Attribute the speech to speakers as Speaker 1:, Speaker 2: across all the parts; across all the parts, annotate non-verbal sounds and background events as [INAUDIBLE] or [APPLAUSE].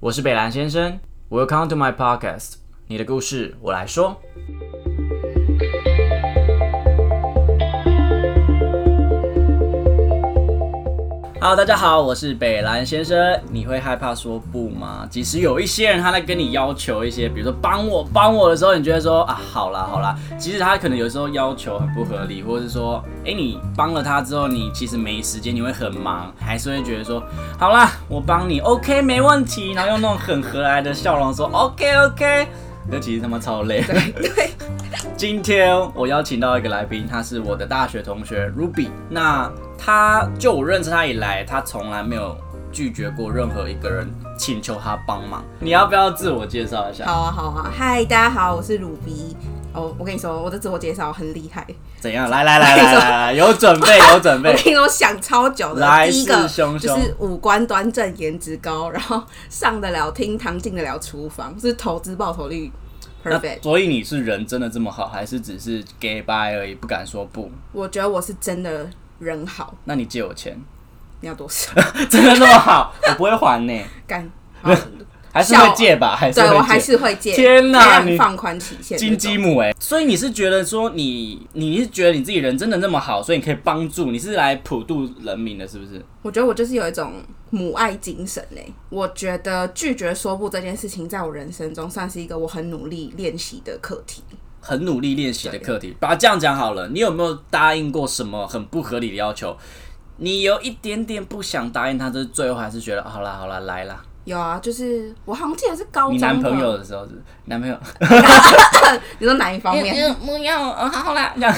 Speaker 1: 我是北兰先生，Welcome to my podcast，你的故事我来说。Hello，大家好，我是北兰先生。你会害怕说不吗？即使有一些人他在跟你要求一些，比如说帮我帮我的时候，你觉得说啊，好啦好啦，其实他可能有时候要求很不合理，或者是说，哎、你帮了他之后，你其实没时间，你会很忙，还是会觉得说，好啦，我帮你，OK，没问题，然后用那种很和蔼的笑容说，OK OK，那其实他妈超累。今天我邀请到一个来宾，他是我的大学同学 Ruby。那他就我认识他以来，他从来没有拒绝过任何一个人请求他帮忙。你要不要自我介绍一下？
Speaker 2: 好啊，好啊，嗨，大家好，我是鲁比。哦，我跟你说，我的自我介绍很厉害，
Speaker 1: 怎样？来来来来来来，有准备有准
Speaker 2: 我 [LAUGHS]
Speaker 1: 备。
Speaker 2: 跟你说，我想超久的。
Speaker 1: 来
Speaker 2: 第一个
Speaker 1: 势汹汹
Speaker 2: 就是五官端正，颜值高，然后 [LAUGHS] 上得了厅堂，进得了厨房，是投资报酬率
Speaker 1: 那
Speaker 2: perfect。
Speaker 1: 所以你是人真的这么好，还是只是 gay bye 而已，不敢说不？
Speaker 2: 我觉得我是真的人好，
Speaker 1: 那你借我钱，
Speaker 2: 你要多少？
Speaker 1: [LAUGHS] 真的那么好，我不会还呢，
Speaker 2: [LAUGHS] 干，好
Speaker 1: 还是会借吧，还是
Speaker 2: 对我还
Speaker 1: 会借。
Speaker 2: 是会借。
Speaker 1: 天哪
Speaker 2: 可以让你
Speaker 1: 你
Speaker 2: 放宽期限那种，
Speaker 1: 金鸡母哎、所以你是觉得说你你是觉得你自己人真的那么好，所以你可以帮助，你是来普渡人民的，是不是？
Speaker 2: 我觉得我就是有一种母爱精神呢、我觉得拒绝说不这件事情，在我人生中算是一个我很努力练习的课题。
Speaker 1: 很努力练习的课题。把它这样讲好了，你有没有答应过什么很不合理的要求？你有一点点不想答应他，就是最后还是觉得好啦好啦来啦。
Speaker 2: 有啊，就是我好像记得是高
Speaker 1: 你
Speaker 2: 中
Speaker 1: 男
Speaker 2: 吧
Speaker 1: 朋友，的时候是男
Speaker 2: [LAUGHS]
Speaker 1: 朋友，
Speaker 2: 你说哪一方面？
Speaker 1: 不要，
Speaker 2: 哦
Speaker 1: 嗯好啦，这样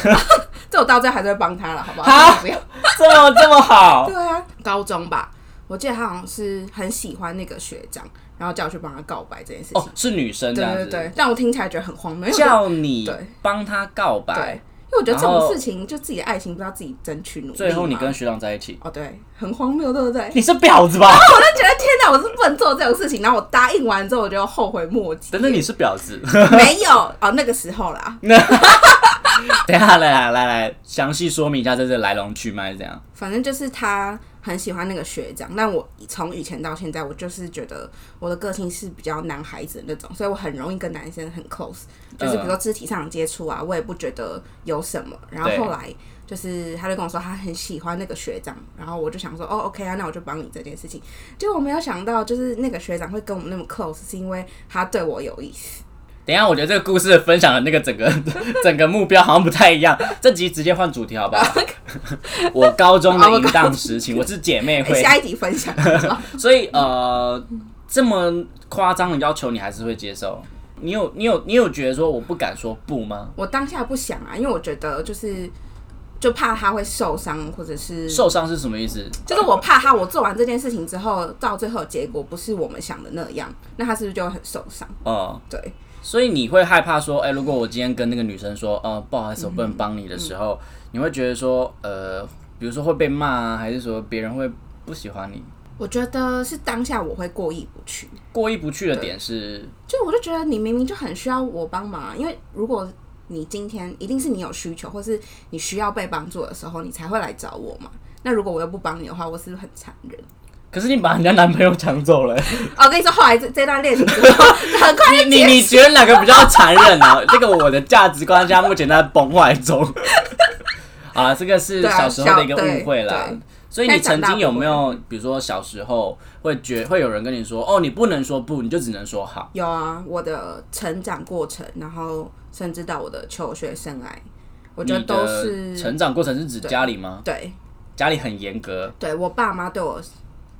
Speaker 2: 这我到最后还是会帮他了，好不
Speaker 1: 好
Speaker 2: 好？不要。
Speaker 1: [LAUGHS] 这么这么好
Speaker 2: [LAUGHS] 对，啊，高中吧，我记得他好像是很喜欢那个学长，然后叫我去帮他告白这件事情。
Speaker 1: 哦是女生这
Speaker 2: 对
Speaker 1: 样
Speaker 2: 对
Speaker 1: 子，
Speaker 2: 对，但我听起来觉得很荒谬，因为我
Speaker 1: 叫你
Speaker 2: 对
Speaker 1: 帮他告
Speaker 2: 觉得对
Speaker 1: 白，，
Speaker 2: 因为我觉得
Speaker 1: 然
Speaker 2: 这种
Speaker 1: 后
Speaker 2: 事情就自己的爱情不知道自己争取努力嘛。
Speaker 1: 最后你跟学长在一起，
Speaker 2: 哦对，很荒谬，对不对？
Speaker 1: 你是婊 [LAUGHS] 子吧？
Speaker 2: 我就觉得天哪，我是不能做这种事情。然后我答应完之后，我就后悔莫及。
Speaker 1: 等等，你是婊子。 [LAUGHS]
Speaker 2: 没有哦，那个时候啦，
Speaker 1: 等一下，来来来来，详细说明一下这是来龙去脉是怎样。
Speaker 2: 反正就是他很喜欢那个学长，但我从以前到现在，我就是觉得我的个性是比较男孩子的那种，所以我很容易跟男生很 close，就是比如说肢体上的接触啊，我也不觉得有什么。然后
Speaker 1: 对
Speaker 2: 后来。就是他就跟我说他很喜欢那个学长，然后我就想说哦，OK 啊，那我就帮你这件事情。结果我没有想到，就是那个学长会跟我们那么 close，是因为他对我有意思。
Speaker 1: 等一下，我觉得这个故事的分享的那个整个 [LAUGHS] 整个目标好像不太一样。这集直接换主题好不
Speaker 2: [LAUGHS]
Speaker 1: 好？我高中的淫荡时期，我是姐妹
Speaker 2: 哎 [LAUGHS]
Speaker 1: 会，
Speaker 2: 下一集分享。
Speaker 1: 所以呃，这么夸张的要求你还是会接受？你有你有你有觉得说我不敢说不吗？
Speaker 2: 我当下不想啊，因为我觉得就是就怕他会受伤，或者是
Speaker 1: 受伤是什么意思？
Speaker 2: 嗯就是我怕他，我做完这件事情之后，到最后结果不是我们想的那样，那他是不是就会很受伤？
Speaker 1: 哦、
Speaker 2: 对，
Speaker 1: 所以你会害怕说，哎、如果我今天跟那个女生说，哦、不好意思，我不能帮你的时
Speaker 2: 嗯
Speaker 1: 候，你会觉得说，呃，比如说会被骂啊，还是说别人会不喜欢你？
Speaker 2: 我觉得是当下我会过意不去，
Speaker 1: 过意不去的点是，
Speaker 2: 就我就觉得你明明就很需要我帮忙啊，因为如果你今天一定是你有需求，或是你需要被帮助的时候，你才会来找我嘛。那如果我又不帮你的话，我是不是很残忍？
Speaker 1: 可是你把人家男朋友抢走
Speaker 2: [LAUGHS]
Speaker 1: 了、
Speaker 2: 哦，我跟你说，后来这这段恋情之后， [LAUGHS] 很快
Speaker 1: 你你你觉得哪个比较残忍啊？这个我的价值观现在目前在崩坏
Speaker 2: [LAUGHS]
Speaker 1: 中。好了，这个是
Speaker 2: 对啊
Speaker 1: 小时候的一个误会
Speaker 2: 小
Speaker 1: 啦
Speaker 2: 对对。
Speaker 1: 所以你曾经有没有，比如说小时候会觉会有人跟你说，哦，你不能说不，你就只能说好。
Speaker 2: 有啊，我的成长过程，然后甚至到我的求学生涯，我觉得
Speaker 1: 你
Speaker 2: 都
Speaker 1: 的
Speaker 2: 是
Speaker 1: 成长过程是指家里吗？
Speaker 2: 对
Speaker 1: 家里很严格，
Speaker 2: 对，我爸妈对我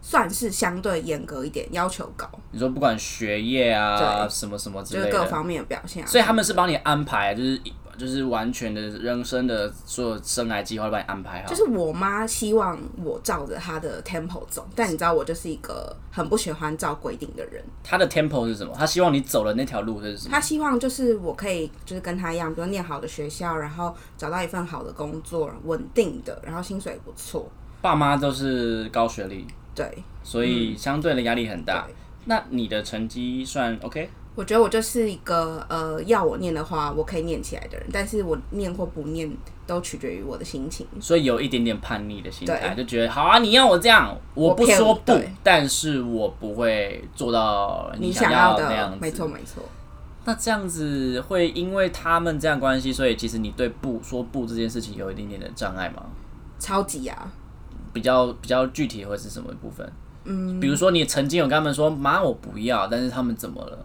Speaker 2: 算是相对严格一点，要求高，
Speaker 1: 你说不管学业啊，
Speaker 2: 对
Speaker 1: 什么什么之
Speaker 2: 就是
Speaker 1: 类
Speaker 2: 各
Speaker 1: 的，
Speaker 2: 方面的表现、啊。
Speaker 1: 所以他们是帮你安排，就是就是完全的人生的所有生涯计划都帮你安排好
Speaker 2: 就。是我妈希望我照着她的 tempo 走，但你知道我就是一个很不喜欢照规定的人。
Speaker 1: 他的 tempo 是什么？他希望你走的那条路是什么？
Speaker 2: 她希望就是我可以就是跟她一样，比如念好的学校，然后找到一份好的工作，稳定的，然后薪水不错。
Speaker 1: 爸妈都是高学历，
Speaker 2: 对
Speaker 1: 所以相对的压力很大。
Speaker 2: 嗯对
Speaker 1: 那你的成绩算 OK？
Speaker 2: 我觉得我就是一个呃，要我念的话，我可以念起来的人，但是我念或不念都取决于我的心情。
Speaker 1: 所以有一点点叛逆的心态，就
Speaker 2: 对
Speaker 1: 觉得好啊，你要我这样，我不说
Speaker 2: 我
Speaker 1: 不
Speaker 2: 骗对，
Speaker 1: 但是我不会做到
Speaker 2: 你
Speaker 1: 想
Speaker 2: 要
Speaker 1: 那样
Speaker 2: 的，
Speaker 1: 子。
Speaker 2: 没错没错，
Speaker 1: 那这样子会因为他们这样关系，所以其实你对不说不这件事情有一点点的障碍吗？
Speaker 2: 超级啊！
Speaker 1: 比较比较具体会是什么部分？嗯，比如说你曾经有跟他们说妈我不要，但是他们怎么了？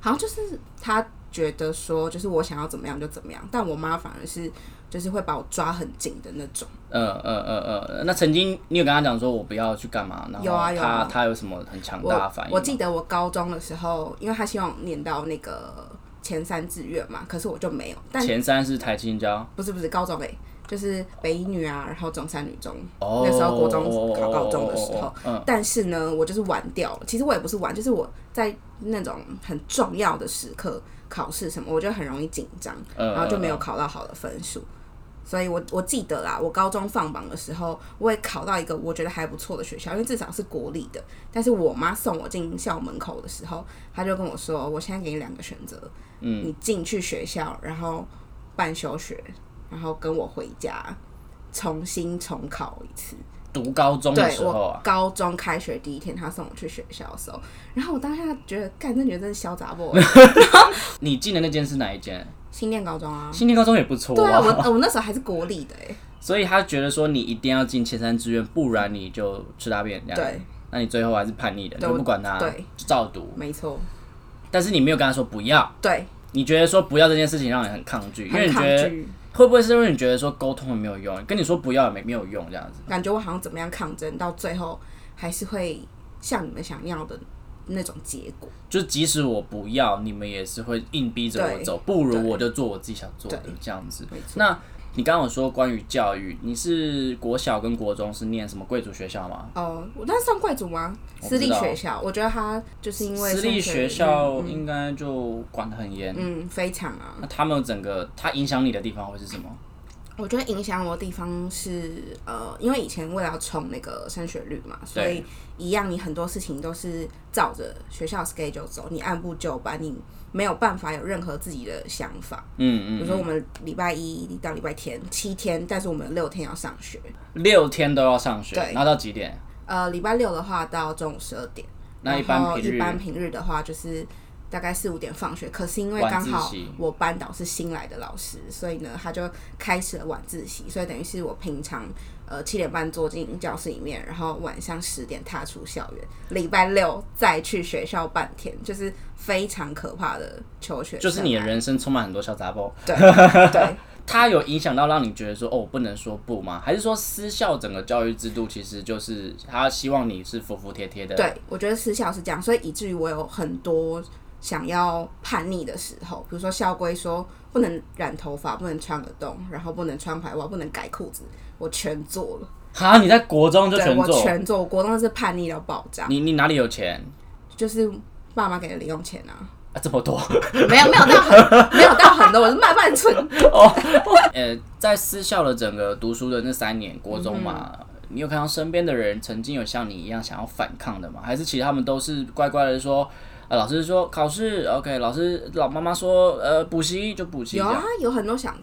Speaker 2: 好像就是他觉得说，就是我想要怎么样就怎么样，但我妈反而是就是会把我抓很紧的那种。
Speaker 1: 呃呃呃呃，那曾经你有跟他讲说我不要去干嘛，然后
Speaker 2: 有啊
Speaker 1: 他
Speaker 2: 有啊
Speaker 1: 他有什么很强大的
Speaker 2: 我
Speaker 1: 反应吗？
Speaker 2: 我记得我高中的时候，因为他希望我念到那个前三志愿嘛，可是我就没有。但
Speaker 1: 前三是台青交，
Speaker 2: 不是不是高中诶、就是北一女啊，然后中山女中，
Speaker 1: 哦
Speaker 2: 那时候国中考高中的时候
Speaker 1: 哦哦哦哦嗯，
Speaker 2: 但是呢，我就是玩掉了。其实我也不是玩，就是我在那种很重要的时刻，考试什么，我就很容易紧张，
Speaker 1: 嗯
Speaker 2: 然后就没有考到好的分数。所以我我记得啦，我高中放榜的时候，我也考到一个我觉得还不错的学校，因为至少是国立的。但是我妈送我进校门口的时候，她就跟我说：“我现在给你两个选择，嗯，你进去学校，然后办休学，然后跟我回家，重新重考一次。”
Speaker 1: 读高中的
Speaker 2: 对
Speaker 1: 时候
Speaker 2: 我
Speaker 1: 啊，
Speaker 2: 高中开学第一天，他送我去学校的时候，然后我当下觉得，干，真觉得真是潇洒 boy，
Speaker 1: 你进的那间是哪一间？
Speaker 2: [LAUGHS] 新店高中啊。
Speaker 1: 新店高中也不错
Speaker 2: 对啊，
Speaker 1: 啊，
Speaker 2: 我我那时候还是国立的哎、
Speaker 1: [LAUGHS] 所以他觉得说你一定要进前三志愿，不然你就吃大便这样。
Speaker 2: 对，
Speaker 1: 那你最后还是叛逆的，你
Speaker 2: 对
Speaker 1: 就
Speaker 2: 我
Speaker 1: 不管他，
Speaker 2: 对，
Speaker 1: 照读。
Speaker 2: 没错，
Speaker 1: 但是你没有跟他说不要，
Speaker 2: 对，你
Speaker 1: 你觉得说不要这件事情让你很抗拒，因为
Speaker 2: 很
Speaker 1: 你觉
Speaker 2: 抗
Speaker 1: 得
Speaker 2: 拒，
Speaker 1: 会不会是因为你觉得说沟通也没有用，跟你说不要也没没有用这样子？
Speaker 2: 感觉我好像怎么样抗争，到最后还是会像你们想要的那种结果。
Speaker 1: 就即使我不要，你们也是会硬逼着我
Speaker 2: 对
Speaker 1: 走，不如我就做我自己想做的
Speaker 2: 对
Speaker 1: 这样子
Speaker 2: 没。错
Speaker 1: 那你刚刚有说关于教育，你是国小跟国中是念什么贵族学校吗？
Speaker 2: 哦、我那上贵族吗？
Speaker 1: 我不
Speaker 2: 私立
Speaker 1: 知道
Speaker 2: 学校，我觉得他就是因为
Speaker 1: 私立
Speaker 2: 升
Speaker 1: 学
Speaker 2: 学
Speaker 1: 校
Speaker 2: 嗯
Speaker 1: 应该就管得很严。
Speaker 2: 嗯非常啊，
Speaker 1: 那他们整个它影响你的地方会是什么？
Speaker 2: 我觉得影响我的地方是，呃，因为以前为了要冲那个升学率嘛，所以一样，你很多事情都是照着学校 schedule 走，你按部就班，你没有办法有任何自己的想法。比
Speaker 1: 嗯
Speaker 2: 如说，我们礼拜一到礼拜天七天，但是我们有六天要上学。
Speaker 1: 嗯，六天都要上学，
Speaker 2: 对
Speaker 1: 然后到几点？
Speaker 2: 呃，礼拜六的话到中午十二点，
Speaker 1: 那一
Speaker 2: 然
Speaker 1: 般
Speaker 2: 后
Speaker 1: 平
Speaker 2: 一
Speaker 1: 日
Speaker 2: 般平日的话就是大概四五点放学，可是因为
Speaker 1: 晚
Speaker 2: 刚
Speaker 1: 自
Speaker 2: 好
Speaker 1: 习
Speaker 2: 我班导是新来的老师，所以呢他就开始了晚自习，所以等于是我平常呃七点半坐进教室里面，然后晚上十点踏出校园，礼拜六再去学校半天，就是非常可怕的求学生涯，
Speaker 1: 就是你的人生充满很多小杂包。 [LAUGHS]
Speaker 2: 对对，
Speaker 1: 它有影响到让你觉得说哦，我不能说不吗？还是说私校整个教育制度其实就是他希望你是服服帖帖的？，
Speaker 2: 对，我觉得私校是这样，所以以至于我有很多想要叛逆的时候，比如说校规说不能染头发，不能穿耳洞，然后不能穿怀袜，不能改裤子，我全做了。
Speaker 1: 哈，你在国中就
Speaker 2: 对，
Speaker 1: 全
Speaker 2: 我
Speaker 1: 做，
Speaker 2: 全做，我国中是叛逆到爆炸，
Speaker 1: 你你哪里有钱
Speaker 2: 就是爸妈给的零用钱啊，
Speaker 1: 啊这么多？
Speaker 2: 没有没有到很没有到很多，我是慢慢存。
Speaker 1: 呃，在私校的整个读书的那三年，国中
Speaker 2: 嗯
Speaker 1: 嘛，你有看到身边的人曾经有像你一样想要反抗的吗？还是其实他们都是乖乖的说，呃，老师说考试 OK，老师老妈妈说，呃，补习就补习这
Speaker 2: 有啊
Speaker 1: 样。，
Speaker 2: 有很多想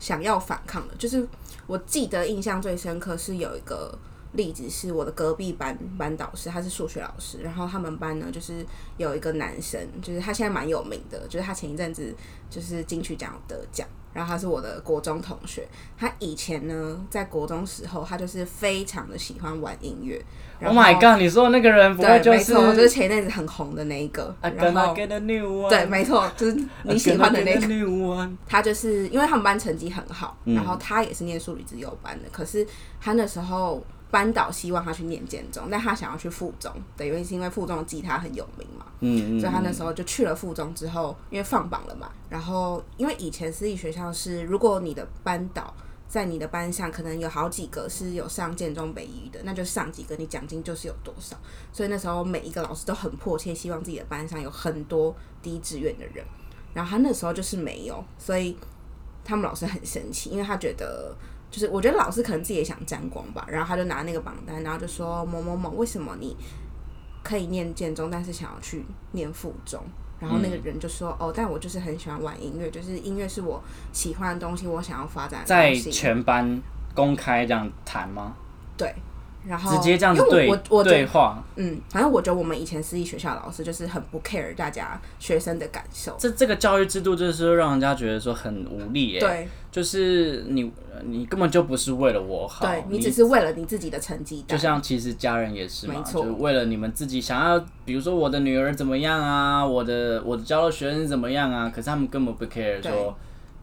Speaker 2: 想要反抗的，就是我记得印象最深刻是有一个例子，是我的隔壁班班导师，他是数学老师，然后他们班呢就是有一个男生，就是他现在蛮有名的，就是他前一阵子就是金曲奖有得奖。然后他是我的国中同学，他以前呢在国中时候，他就是非常的喜欢玩音乐。然
Speaker 1: Oh
Speaker 2: 后
Speaker 1: my god！你说的那个人不会
Speaker 2: 啊对，
Speaker 1: 就
Speaker 2: 没
Speaker 1: 是啊
Speaker 2: 错，我就是前一阵子很红的那一个。
Speaker 1: I
Speaker 2: 然
Speaker 1: gonna
Speaker 2: 后
Speaker 1: get a new one，
Speaker 2: 对，没错，就是你喜欢的那个
Speaker 1: I。gonna get a new one。
Speaker 2: 他就是因为他们班成绩很好，然后他也是念数理之友班的，可是他那时候班导希望他去念建中，但他想要去附中的原因是因为附中的吉他很有名嘛，
Speaker 1: 嗯
Speaker 2: 所以
Speaker 1: 嗯，
Speaker 2: 他那时候就去了附中之后，因为放榜了嘛，然后因为以前私立学校是，如果你的班导在你的班上可能有好几个是有上建中北一的，那就上几个，你奖金就是有多少。所以那时候每一个老师都很迫切希望自己的班上有很多第一志愿的人，然后他那时候就是没有，所以他们老师很生气，因为他觉得。就是我觉得老师可能自己也想沾光吧，然后他就拿那个榜单，然后就说某某某，为什么你可以念建中，但是想要去念附中。然后那个人就说、哦，但我就是很喜欢玩音乐，就是音乐是我喜欢的东西，我想要发展的
Speaker 1: 在
Speaker 2: 东西。
Speaker 1: 全班公开这样谈吗？
Speaker 2: 对，然后
Speaker 1: 直接这样子
Speaker 2: 因为
Speaker 1: 对
Speaker 2: 我我我觉得
Speaker 1: 对话，
Speaker 2: 嗯，反正我觉得我们以前私立学校的老师就是很不 care 大家学生的感受。
Speaker 1: 这这个教育制度就是让人家觉得说很无力耶、
Speaker 2: 对，
Speaker 1: 就是你你根本就不是为了我好，
Speaker 2: 对你只是为了你自己的成绩
Speaker 1: 就
Speaker 2: 单，
Speaker 1: 像其实家人也是嘛，
Speaker 2: 没错
Speaker 1: 就是为了你们自己想要，比如说我的女儿怎么样啊，我的我的教到学生怎么样啊，可是他们根本不 care 说，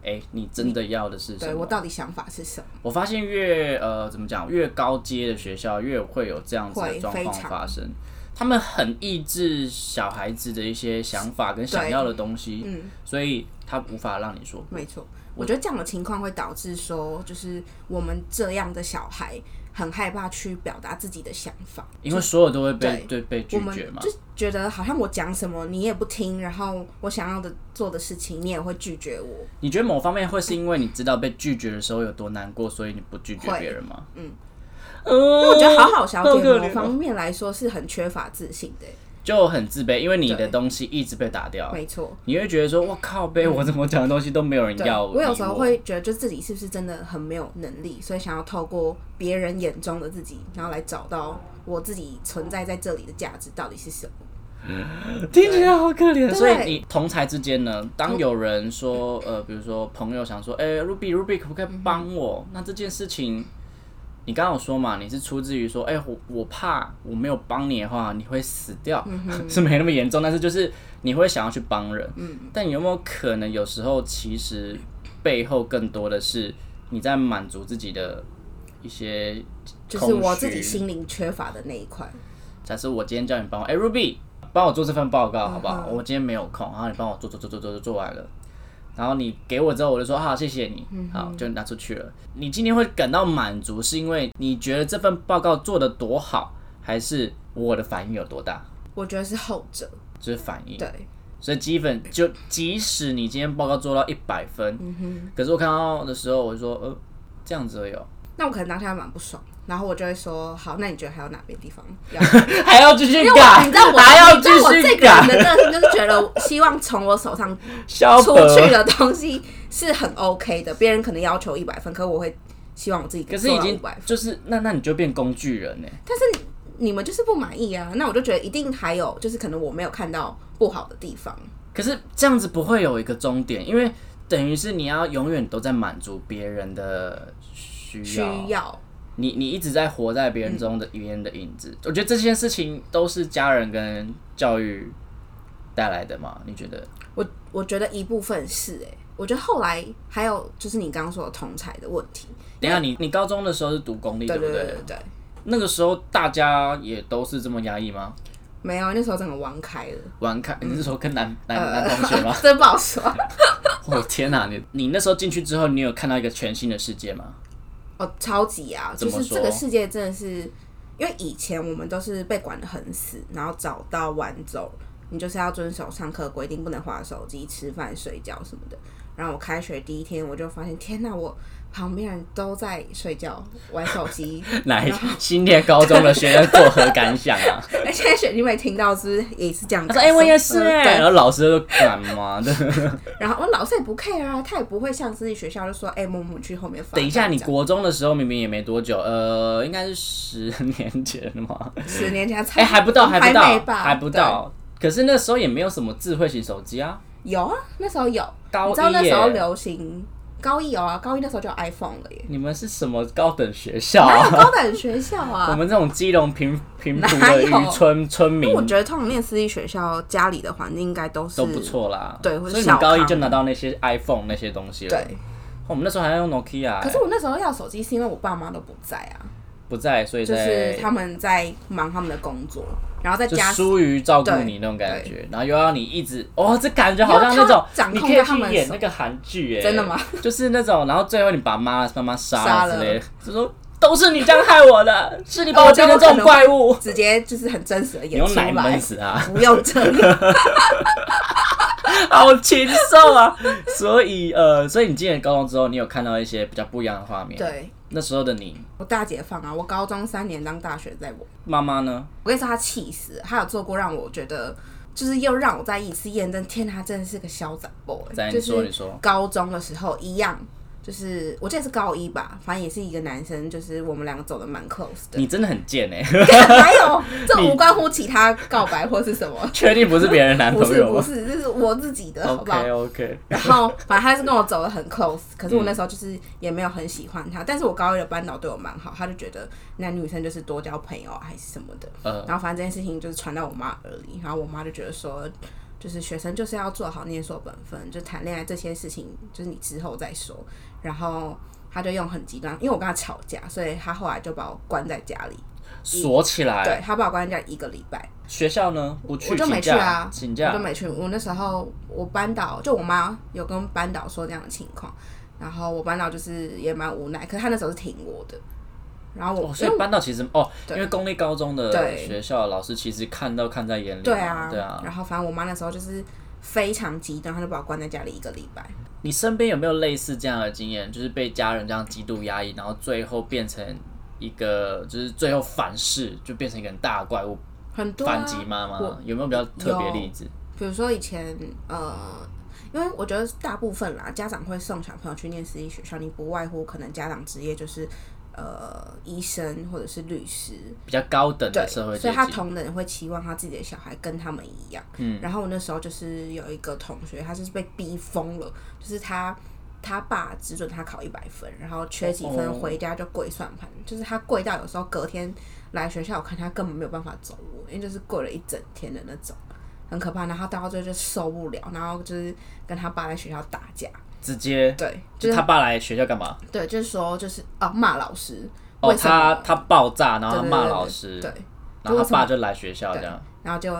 Speaker 1: 哎、你真的要的是什
Speaker 2: 对
Speaker 1: 么？
Speaker 2: 我到底想法是什么？
Speaker 1: 我发现越呃怎么讲，越高阶的学校越会有这样子的
Speaker 2: 会
Speaker 1: 状况
Speaker 2: 非常
Speaker 1: 发生，他们很抑制小孩子的一些想法跟想要的东西，
Speaker 2: 嗯
Speaker 1: 所以他无法让你说。
Speaker 2: 没错，我觉得这样的情况会导致说，就是我们这样的小孩很害怕去表达自己的想法，
Speaker 1: 因为所有都会被对被拒
Speaker 2: 我们
Speaker 1: 绝嘛，
Speaker 2: 就觉得好像我讲什么你也不听，然后我想要的做的事情你也会拒绝我。
Speaker 1: 你觉得某方面会是因为你知道被拒绝的时候有多难过，所以你不拒绝别人吗？嗯，
Speaker 2: 因为我觉得好好小
Speaker 1: 好哦可
Speaker 2: 姐
Speaker 1: 怜
Speaker 2: 某
Speaker 1: 哦
Speaker 2: 方面来说是很缺乏自信的，
Speaker 1: 就很自卑，因为你的东西一直被打掉，
Speaker 2: 没错。
Speaker 1: 你会觉得说，我靠呗，我怎么讲的东西都没有人
Speaker 2: 嗯对，
Speaker 1: 要理
Speaker 2: 我有时候会觉得，就自己是不是真的很没有能力，所以想要透过别人眼中的自己，然后来找到我自己存在在这里的价值到底是什么。
Speaker 1: 听起来好可怜。
Speaker 2: 对嗯
Speaker 1: 所以你同才之间呢，当有人说，呃，比如说朋友想说，哎、r u b y Ruby 可不可以帮
Speaker 2: 嗯
Speaker 1: 我？那这件事情，你刚刚有说嘛，你是出自于说，哎、我我怕我没有帮你的话，你会死掉，[LAUGHS]
Speaker 2: 嗯
Speaker 1: 是没那么严重，但是就是你会想要去帮人。
Speaker 2: 嗯
Speaker 1: 但有没有可能有时候其实背后更多的是你在满足自己的一些
Speaker 2: 就是我自己
Speaker 1: 空虚
Speaker 2: 心灵缺乏的那一块，
Speaker 1: 假设我今天叫你帮我，哎、r u b y 帮我做这份报告好不好？我今天没有空，然后你帮我做做做做做做做完了，然后你给我之后，我就说好，谢谢你，好，就拿出去了。你今天会感到满足，是因为你觉得这份报告做得多好，还是我的反应有多大？
Speaker 2: 我觉得是后者。
Speaker 1: 就是反应。
Speaker 2: 对，
Speaker 1: 所以积分就即使你今天报告做到一百分，可是我看到的时候，我就说，呃，这样子而已哦，
Speaker 2: 那我可能当下还蛮不爽，然后我就会说，好，那你觉得还有哪边地方
Speaker 1: [LAUGHS]
Speaker 2: 要？
Speaker 1: [LAUGHS] 还要继续
Speaker 2: 因为
Speaker 1: 改，
Speaker 2: 我你知道我，
Speaker 1: 啊 [LAUGHS] 还要
Speaker 2: 你
Speaker 1: 继
Speaker 2: 知道我
Speaker 1: 续
Speaker 2: 这个人
Speaker 1: 改，
Speaker 2: 的个性就是觉得我希望从我手上
Speaker 1: 消
Speaker 2: 出
Speaker 1: 伯
Speaker 2: 去的东西是很 OK 的，别人可能要求一百分，可我会希望我自己
Speaker 1: 可是
Speaker 2: 做
Speaker 1: 已
Speaker 2: 到
Speaker 1: 经
Speaker 2: 500
Speaker 1: 就是那那你就变工具人呢、欸
Speaker 2: 但是你你们就是不满意啊，那我就觉得一定还有，就是可能我没有看到不好的地方。
Speaker 1: 可是这样子不会有一个终点，因为等于是你要永远都在满足别人的需要，
Speaker 2: 需要
Speaker 1: 你你一直在活在别人中的别人的影子。我觉得这件事情都是家人跟教育带来的嘛？你觉得？
Speaker 2: 我我觉得一部分是哎、我觉得后来还有就是你刚刚说的同才的问题，
Speaker 1: 等一下你你高中的时候是读公立
Speaker 2: 对
Speaker 1: 不
Speaker 2: 对对对，
Speaker 1: 那个时候大家也都是这么压抑吗？
Speaker 2: 没有啊那时候整个玩开了， [LAUGHS]
Speaker 1: 玩看你是说跟男男
Speaker 2: 呃
Speaker 1: 男同学吗？ [LAUGHS]
Speaker 2: 真不好说。 [LAUGHS]
Speaker 1: 我、天哪、你你那时候进去之后，你有看到一个全新的世界吗？
Speaker 2: 哦，超级啊！
Speaker 1: 怎
Speaker 2: 就
Speaker 1: 么
Speaker 2: 是这
Speaker 1: 说
Speaker 2: 个世界真的是，因为以前我们都是被管得很死，然后早到晚走，你就是要遵守上课规定，不能划手机、吃饭、睡觉什么的。然后我开学第一天，我就发现，天哪，我旁边人都在睡觉、玩
Speaker 1: [LAUGHS]
Speaker 2: 手机，
Speaker 1: 来，新店高中的学生作何感想啊？
Speaker 2: 而且雪弟妹听到是不是也是这样
Speaker 1: 他说
Speaker 2: 感受？：“
Speaker 1: 哎、我也 [LAUGHS] 是哎、
Speaker 2: 对
Speaker 1: 然后老师就干嘛的？
Speaker 2: 然后我老师也不 care 啊，他也不会像私立学校就说，哎、某某去后面发展。
Speaker 1: 等一下，你
Speaker 2: 这样
Speaker 1: 国中的时候明明也没多久， [LAUGHS] 呃，应该是十年前嘛，
Speaker 2: 十年前
Speaker 1: 哎、
Speaker 2: 才
Speaker 1: 还不到，还不
Speaker 2: 没
Speaker 1: 到，
Speaker 2: 吧
Speaker 1: 还不到。可是那时候也没有什么智慧型手机啊，
Speaker 2: 对有啊，那时候有。
Speaker 1: 高
Speaker 2: 你知道那
Speaker 1: 一
Speaker 2: 时候
Speaker 1: 耶。
Speaker 2: 流行高一有啊，高一那时候就有 iPhone 了耶。
Speaker 1: 你们是什么高等学校
Speaker 2: 哪有 [LAUGHS]
Speaker 1: 啊？
Speaker 2: 高等学校
Speaker 1: [LAUGHS] 我
Speaker 2: 啊？
Speaker 1: 们这种基隆平平埔
Speaker 2: 哪
Speaker 1: 的
Speaker 2: 有
Speaker 1: 渔村村
Speaker 2: 因
Speaker 1: 民
Speaker 2: 为我觉得通常念私立学校，家里的环境应该都是
Speaker 1: 都不。错啦。
Speaker 2: 对或者
Speaker 1: 所以你
Speaker 2: 小
Speaker 1: 高一
Speaker 2: 康
Speaker 1: 就拿到那些 iPhone 那些东西了。哦
Speaker 2: 对，
Speaker 1: 我们那时候还要用 Nokia，、
Speaker 2: 可是我那时候要手机是因为我爸妈都不在啊，
Speaker 1: 不在，所以
Speaker 2: 就
Speaker 1: 在
Speaker 2: 是他们在忙他们的工作，然后再
Speaker 1: 就
Speaker 2: 加
Speaker 1: 疏于照顾你那种感觉，然后又要你一直哦，这感觉好像那
Speaker 2: 因为
Speaker 1: 种
Speaker 2: 他掌
Speaker 1: 你
Speaker 2: 控
Speaker 1: 可以
Speaker 2: 在他们
Speaker 1: 去演
Speaker 2: 手
Speaker 1: 那个韩剧哎，
Speaker 2: 真的吗？
Speaker 1: [LAUGHS] 就是那种，然后最后你把妈妈妈杀
Speaker 2: 杀
Speaker 1: 了
Speaker 2: 了
Speaker 1: 之类的，就说都是你这样害我
Speaker 2: [LAUGHS]
Speaker 1: 的，是你把我变成这种怪物，
Speaker 2: 直接就是很真实的
Speaker 1: 你
Speaker 2: 演
Speaker 1: 用
Speaker 2: 出
Speaker 1: 奶闷
Speaker 2: 来，
Speaker 1: 死啊
Speaker 2: [LAUGHS]
Speaker 1: 他，
Speaker 2: 不用这样。
Speaker 1: 好禽兽啊！ [LAUGHS] 所以呃，所以你进了高中之后，你有看到一些比较不一样的画面。，
Speaker 2: 对，
Speaker 1: 那时候的你，
Speaker 2: 我大解放啊！我高中三年当大学在我，
Speaker 1: 妈妈呢？
Speaker 2: 我跟你说他气死了，他有做过让我觉得就是又让我再一次验证，天，他真的是个潇洒 boy。
Speaker 1: 怎样
Speaker 2: 就
Speaker 1: 你说
Speaker 2: 是
Speaker 1: 你说
Speaker 2: 高中的时候一样，就是我记得是高一吧，反正也是一个男生，就是我们两个走的蛮 close 的。
Speaker 1: 你真的很贱哎、
Speaker 2: [LAUGHS] 还有，这无关乎其他告白或是什么，
Speaker 1: [LAUGHS] 确定不是别人男
Speaker 2: 不
Speaker 1: 朋
Speaker 2: 是
Speaker 1: 友
Speaker 2: 不
Speaker 1: 吗
Speaker 2: 是，这是我自己的，好不好？
Speaker 1: ？OK OK，
Speaker 2: 然后反正他是跟我走的很 close，可是我那时候就是也没有很喜欢他，但是我高一的班导对我蛮好，他就觉得男女生就是多交朋友啊还是什么的。
Speaker 1: 呃，
Speaker 2: 然后反正这件事情就是传到我妈耳里，然后我妈就觉得说，就是学生就是要做好念书的本分，就谈恋爱这些事情就是你之后再说。然后她就用很极端，因为我跟她吵架，所以她后来就把我关在家里，
Speaker 1: 锁起来。
Speaker 2: 对她把我关在家里一个礼拜。
Speaker 1: 学校呢？不去，
Speaker 2: 我就
Speaker 1: 请
Speaker 2: 没去
Speaker 1: 假，
Speaker 2: 啊，
Speaker 1: 请
Speaker 2: 我
Speaker 1: 假
Speaker 2: 就。没去。我那时候我班导就我妈有跟班导说这样的情况，然后我班导就是也蛮无奈，可是他那时候是挺我的，然后我、
Speaker 1: 哦，
Speaker 2: 因
Speaker 1: 所
Speaker 2: 为
Speaker 1: 以搬到其实哦，因
Speaker 2: 对
Speaker 1: 为公立高中的
Speaker 2: 对
Speaker 1: 学校老师其实看到看在眼里嘛，
Speaker 2: 对啊
Speaker 1: 对啊。
Speaker 2: 然后反正我妈那时候就是非常极端，她就把我关在家里一个礼拜。
Speaker 1: 你身边有没有类似这样的经验？就是被家人这样极度压抑，然后最后变成一个，就是最后反噬，就变成一个很大的怪物，
Speaker 2: 很多、
Speaker 1: 反
Speaker 2: 啊，
Speaker 1: 击妈妈
Speaker 2: 我。
Speaker 1: 有没有比较特别例子？
Speaker 2: 比如说以前呃，因为我觉得大部分啦，家长会送小朋友去念私立学校，你不外乎可能家长职业就是呃医生或者是律师，
Speaker 1: 比较高等
Speaker 2: 对，
Speaker 1: 的社会
Speaker 2: 所
Speaker 1: 阶
Speaker 2: 以他
Speaker 1: 级，
Speaker 2: 同等会期望他自己的小孩跟他们一样。嗯，然后我那时候就是有一个同学，他就是被逼疯了，就是他他爸只准他考一百分，然后缺几分
Speaker 1: 哦
Speaker 2: 回家就跪算盘，就是他跪到有时候隔天来学校，我看他根本没有办法走路，因为就是跪了一整天的那种。很可怕，然后到最后就受不了，然后就是跟他爸在学校打架，
Speaker 1: 直接
Speaker 2: 对，就
Speaker 1: 就是他爸来学校干嘛？
Speaker 2: 对，就是说就是哦骂老师，
Speaker 1: 哦，
Speaker 2: 为什么
Speaker 1: 他他爆炸，然后他
Speaker 2: 对对
Speaker 1: 骂
Speaker 2: 对
Speaker 1: 老
Speaker 2: 对
Speaker 1: 师，
Speaker 2: 对，
Speaker 1: 然后
Speaker 2: 为
Speaker 1: 他
Speaker 2: 什么
Speaker 1: 爸就来学校这样，
Speaker 2: 然后就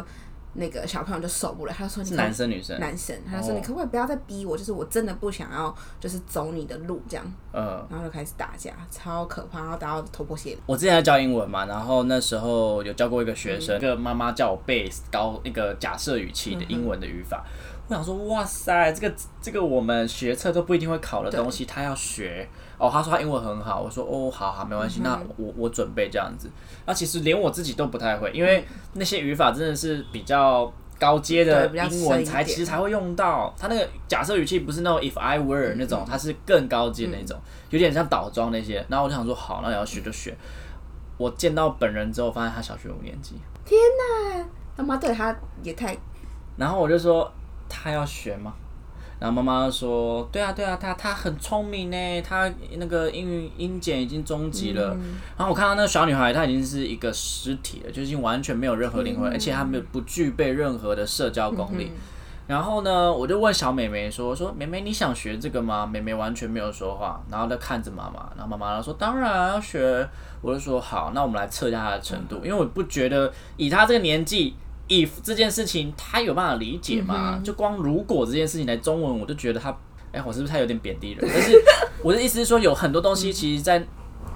Speaker 2: 那个小朋友就受不了，他说你
Speaker 1: 是
Speaker 2: 可
Speaker 1: 男生女生？
Speaker 2: 男生，他就说
Speaker 1: 哦
Speaker 2: 你可不可以不要再逼我，就是我真的不想要，就是走你的路这样，
Speaker 1: 嗯，
Speaker 2: 然后就开始打架，超可怕，然后打到头破血流。
Speaker 1: 我之前在教英文嘛，然后那时候有教过一个学
Speaker 2: 嗯
Speaker 1: 生，一个妈妈叫我背高那个假设语气的英文的语法。
Speaker 2: 嗯
Speaker 1: 我想说，哇塞，这个这个我们学测都不一定会考的东西，他要学哦。他说他英文很好，我说哦，好好，没关
Speaker 2: 嗯
Speaker 1: 系，那我我准备这样子。那其实连我自己都不太会，因为那些语法真的是比较高阶的
Speaker 2: 对比较
Speaker 1: 英文
Speaker 2: 深一
Speaker 1: 才
Speaker 2: 点
Speaker 1: 其实才会用到。他那个假设语气不是那种 if I were 那种，他是更高阶那种，
Speaker 2: 嗯
Speaker 1: 有点像倒装那些。然后我就想说，好，那你要学就学。我见到本人之后，发现他小学五年级，
Speaker 2: 他妈对他也太
Speaker 1: 然后我就说他要学吗？然后妈妈就说：“对啊，对啊，他他很聪明呢，他那个英语英检已经中级了。然后我看到那个小女孩，她已经是一个尸体了，就已经完全没有任何灵魂，而且她没有不具备任何的社交功力。然后呢，我就问小美眉说：“说美美，你想学这个吗？”美美完全没有说话，然后就看着妈妈。然后妈妈说：“当然要学。”我就说：“好，那我们来测一下她的程度，因为我不觉得以她这个年纪，if 这件事情她有办法理解
Speaker 2: 嗯
Speaker 1: 吗？就光如果这件事情来中文，我就觉得她，哎，我是不是太有点贬
Speaker 2: [LAUGHS]
Speaker 1: 低人？但是我的意思是说，有很多东西其实在，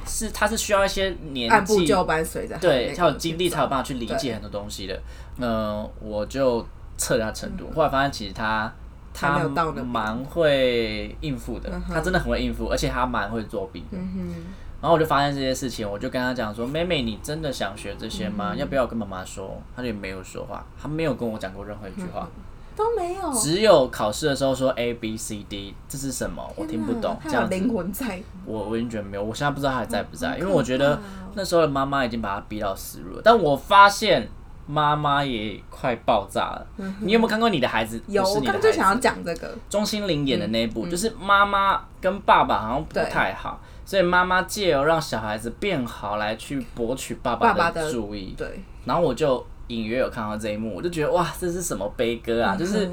Speaker 1: 是她是需要一些年
Speaker 2: 按部
Speaker 1: 纪
Speaker 2: 就班随着他的那
Speaker 1: 对，
Speaker 2: 个
Speaker 1: 才有经历，才有办法去理
Speaker 2: 对
Speaker 1: 解很多东西的。嗯，我就测了他程度，后来发现其实他
Speaker 2: 嗯他
Speaker 1: 他
Speaker 2: 没有到那嗯边
Speaker 1: 蛮会应付的，他真的很会应付，而且他蛮会作弊的。
Speaker 2: 嗯哼，
Speaker 1: 然后我就发现这些事情，我就跟他讲说：“妹妹，你真的想学这些
Speaker 2: 嗯
Speaker 1: 吗？要不要跟妈妈说？”他就没有说话，他没有跟我讲过任何一句话，
Speaker 2: 嗯都没有，
Speaker 1: 只有考试的时候说 A B C D，这是什么？我听不懂。
Speaker 2: 哦他
Speaker 1: 这
Speaker 2: 有
Speaker 1: 样子
Speaker 2: 灵魂在，
Speaker 1: 我我已经觉得没有，我现在不知道他还在不在，
Speaker 2: 嗯好
Speaker 1: 因为我觉得
Speaker 2: 可怕哦
Speaker 1: 那时候的妈妈已经把他逼到死路了。但我发现妈妈也快爆炸了。你有没有看过你的孩子？
Speaker 2: 嗯有，
Speaker 1: 不是
Speaker 2: 我
Speaker 1: 你
Speaker 2: 刚
Speaker 1: 的孩
Speaker 2: 刚
Speaker 1: 子
Speaker 2: 就想嗯要讲这个，
Speaker 1: 钟欣凌演的那一部，就是妈妈跟爸爸好像不太好，所以妈妈借由让小孩子变好来去博取爸
Speaker 2: 爸爸
Speaker 1: 的
Speaker 2: 的
Speaker 1: 注意。
Speaker 2: 对，
Speaker 1: 然后我就隐约有看到这一幕，我就觉得哇，这是什么悲歌
Speaker 2: 嗯
Speaker 1: 啊！就是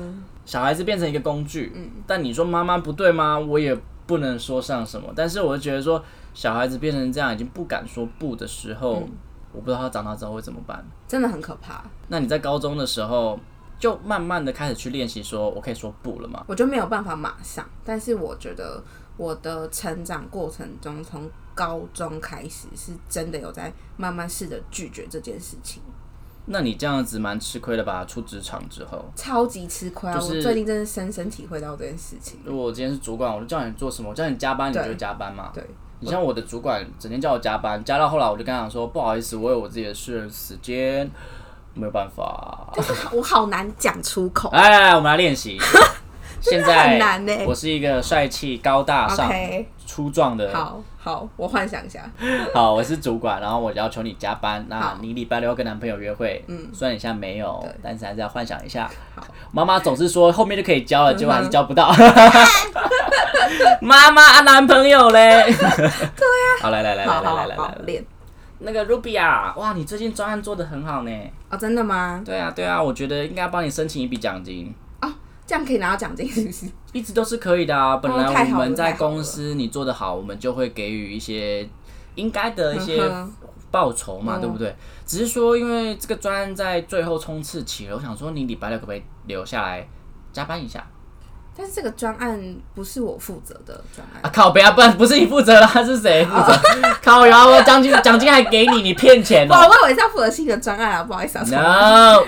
Speaker 1: 小孩子变成一个工具，但你说妈妈不对吗？我也不能说上什么。但是我就觉得说，小孩子变成这样已经不敢说不的时候，
Speaker 2: 嗯
Speaker 1: 我不知道他长大之后会怎么办。
Speaker 2: 真的很可怕，
Speaker 1: 那你在高中的时候，就慢慢的开始去练习，说我可以说不了吗？
Speaker 2: 我就没有办法马上，但是我觉得我的成长过程中，从高中开始是真的有在慢慢试着拒绝这件事情。
Speaker 1: 那你这样子蛮吃亏的吧？出职场之后。
Speaker 2: 超级吃亏啊！
Speaker 1: 就是
Speaker 2: 我最近真的深深体会到这件事
Speaker 1: [LAUGHS]
Speaker 2: 情。
Speaker 1: 如果我今天是主管，我就叫你做什么，我叫你加班，你
Speaker 2: 对
Speaker 1: 就加班嘛。
Speaker 2: 对，
Speaker 1: 你像我的主管整天叫我加班，加到后来我就跟他讲说，不好意思，我有我自己的私人时间，没有办法。
Speaker 2: 我好难讲出口。
Speaker 1: 来来来，我们来练
Speaker 2: [LAUGHS]
Speaker 1: 习。现
Speaker 2: 的
Speaker 1: 在
Speaker 2: 很难欸
Speaker 1: 我是一个帅气、高大上、
Speaker 2: OK，
Speaker 1: 粗壮的。
Speaker 2: 好好，我幻想一下。
Speaker 1: 好我是主管，然后我要求你加班。那
Speaker 2: 好
Speaker 1: 你礼拜六要跟男朋友约会，嗯，虽然你现在没有
Speaker 2: 对，
Speaker 1: 但是还是要幻想一下
Speaker 2: 好。
Speaker 1: 妈妈总是说后面就可以交了，结果还是交不
Speaker 2: [LAUGHS]
Speaker 1: 到。妈妈啊，男朋友嘞？对呀、好，来来来来
Speaker 2: 好
Speaker 1: 来
Speaker 2: 好
Speaker 1: 来来
Speaker 2: 啊好
Speaker 1: 来，
Speaker 2: 练
Speaker 1: 那个 Ruby 啊，哇，你最近专案做的很好呢。
Speaker 2: 哦，真的吗？
Speaker 1: 对啊，对啊，我觉得应该帮你申请一笔奖金，
Speaker 2: 这样可以拿到奖金是不是？
Speaker 1: 一直都是可以的啊。本来
Speaker 2: 哦太
Speaker 1: 我
Speaker 2: 好了
Speaker 1: 们在
Speaker 2: 太好了
Speaker 1: 公司你做得好，我们就会给予一些应该的一些
Speaker 2: 嗯
Speaker 1: 报酬嘛，
Speaker 2: 嗯
Speaker 1: 对不对？只是说，因为这个专案在最后冲刺期了，我想说你礼拜六可不可以留下来加班一下
Speaker 2: 但是这个专案不是我负责的专案，
Speaker 1: 啊？靠北啊，不然不是你负责啦， [LAUGHS] 是
Speaker 2: 啊
Speaker 1: 谁负责？靠然后奖金奖金还给你，你骗钱
Speaker 2: 哇，
Speaker 1: 哦、
Speaker 2: 我以为是要负责新的专案啊，不好
Speaker 1: [LAUGHS]
Speaker 2: 意思啊。错了
Speaker 1: No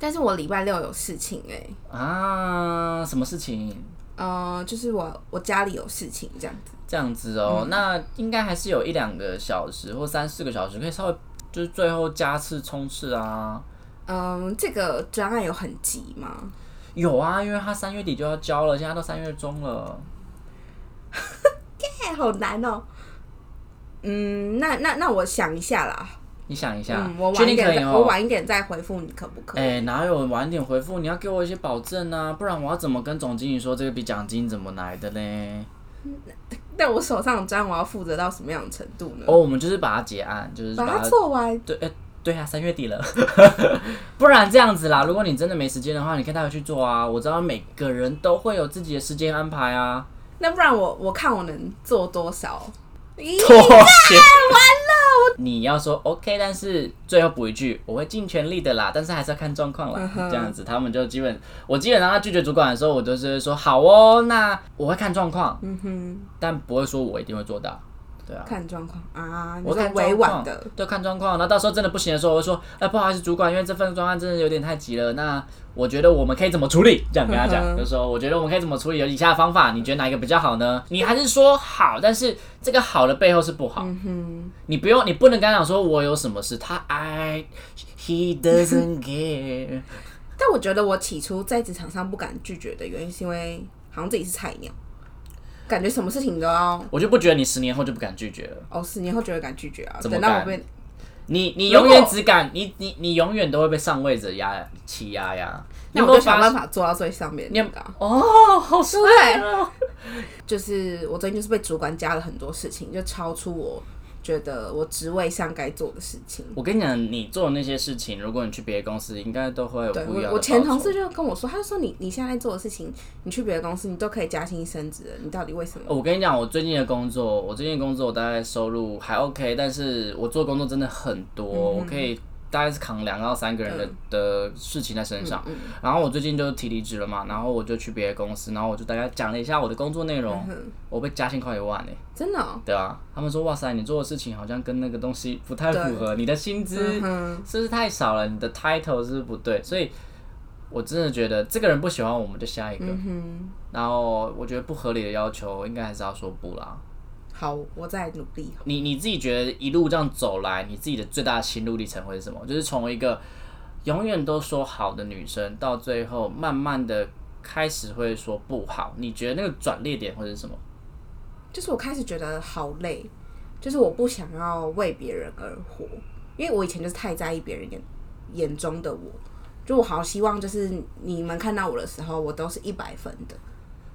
Speaker 2: 但是我礼拜六有事情哎、
Speaker 1: 啊，什么事情？
Speaker 2: 呃，就是我我家里有事情这样子。
Speaker 1: 这样子哦，
Speaker 2: 嗯
Speaker 1: 那应该还是有一两个小时或三四个小时，可以稍微就是最后加次冲刺啊。
Speaker 2: 嗯，这个专案有很急吗？
Speaker 1: 有啊，因为他三月底就要交了，现在都三月中了。
Speaker 2: 哎，好难哦。嗯，那那那我想一下啦。
Speaker 1: 你想一下，
Speaker 2: 嗯，我
Speaker 1: 确
Speaker 2: 晚一
Speaker 1: 定可
Speaker 2: 点
Speaker 1: 以
Speaker 2: 再，
Speaker 1: 哦、
Speaker 2: 我晚一点再回复你，可不可以？
Speaker 1: 哎、哪有晚点回复？你要给我一些保证啊，不然我要怎么跟总经理说这个笔奖金怎么来的
Speaker 2: 嗯
Speaker 1: 嘞？
Speaker 2: 那我手上的专案我要负责到什么样的程度呢？
Speaker 1: 哦，我们就是把它结案，就是
Speaker 2: 把
Speaker 1: 把
Speaker 2: 它
Speaker 1: 它
Speaker 2: 做完。
Speaker 1: 对，哎、对啊，三月底了， [LAUGHS] 不然这样子啦。如果你真的没时间的话，你可以带回去做啊。我知道每个人都会有自己的时间安排啊。
Speaker 2: 那不然我我看我能做多少？
Speaker 1: [LAUGHS]
Speaker 2: 咦，
Speaker 1: 妥协，完了。你要说 OK，但是最后补一句，我会尽全力的啦，但是还是要看状况啦
Speaker 2: 嗯。哼
Speaker 1: 这样子，他们就基本，我基本上他拒绝主管的时候，我都是说好哦，那我会看状况，
Speaker 2: 嗯哼，
Speaker 1: 但不会说我一定会做到。对啊，
Speaker 2: 看状况啊，你
Speaker 1: 我
Speaker 2: 说
Speaker 1: 看
Speaker 2: 委婉
Speaker 1: 状况
Speaker 2: 的，
Speaker 1: 对，看状况。然后到时候真的不行的时候，我会说，哎、不好意思，主管，因为这份专案真的有点太急了，那我觉得我们可以怎么处理？这样跟他
Speaker 2: 嗯
Speaker 1: 讲，
Speaker 2: 哼
Speaker 1: 就说我觉得我们可以怎么处理，有以下的方法，你觉得哪一个比较好呢？你还是说好，但是这个好的背后是不好。
Speaker 2: 嗯哼，
Speaker 1: 你不用，你不能跟他讲说我有什么事，他 I he doesn't care。
Speaker 2: 但我觉得我起初在职场上不敢拒绝的原因，是因为好像自己是菜鸟，感觉什么事情都要
Speaker 1: 我就不觉得你十年后就不敢拒绝了，
Speaker 2: 哦，十年后就会敢拒绝啊。
Speaker 1: 怎么
Speaker 2: 等到我
Speaker 1: 敢
Speaker 2: 被
Speaker 1: 你你
Speaker 2: 如
Speaker 1: 永
Speaker 2: 果
Speaker 1: 远只敢你你你永远都会被上位者压欺压呀。你
Speaker 2: 那
Speaker 1: 有
Speaker 2: 我
Speaker 1: 没有
Speaker 2: 就想
Speaker 1: 发
Speaker 2: 办
Speaker 1: 现？
Speaker 2: 法做到最上面
Speaker 1: 你
Speaker 2: 那
Speaker 1: 有
Speaker 2: 个啊。
Speaker 1: 哦，好帅
Speaker 2: 哎
Speaker 1: 哦！
Speaker 2: 就是我最近就是被主管加了很多事情，就超出我觉得我职位上该做的事情。
Speaker 1: 我跟你讲，你做的那些事情，如果你去别的公司，应该都会有
Speaker 2: 对
Speaker 1: 不一样
Speaker 2: 我，
Speaker 1: 的
Speaker 2: 我前
Speaker 1: 报酬
Speaker 2: 同事就跟我说，他就说你你现在做的事情，你去别的公司你都可以加薪升职了，你到底为什么？
Speaker 1: 呃我跟你讲，我最近的工作，我最近的工作我大概收入还 OK，但是我做工作真的很多，
Speaker 2: 嗯
Speaker 1: 我可以大概是扛两到三个人的的事情在身上。
Speaker 2: 嗯
Speaker 1: 然后我最近就提离职了嘛，然后我就去别的公司，然后我就大概讲了一下我的工作内容，我被加薪快一万呢、
Speaker 2: 真的、嗯哦，
Speaker 1: 对啊，他们说哇塞，你做的事情好像跟那个东西不太符合，你的薪资
Speaker 2: 嗯哼，
Speaker 1: 是不是太少了？你的 title 是不是不对？所以我真的觉得这个人不喜欢我们就下一个，
Speaker 2: 嗯哼，
Speaker 1: 然后我觉得不合理的要求应该还是要说不啦。
Speaker 2: 好，我再努力。
Speaker 1: 你你自己觉得一路这样走来，你自己的最大的心路历程会是什么？就是从一个永远都说好的女生，到最后慢慢的开始会说不好，你觉得那个转捩点会是什么？
Speaker 2: 就是我开始觉得好累，就是我不想要为别人而活，因为我以前就是太在意别人眼眼中的我，就我好希望就是你们看到我的时候，我都是一百分的。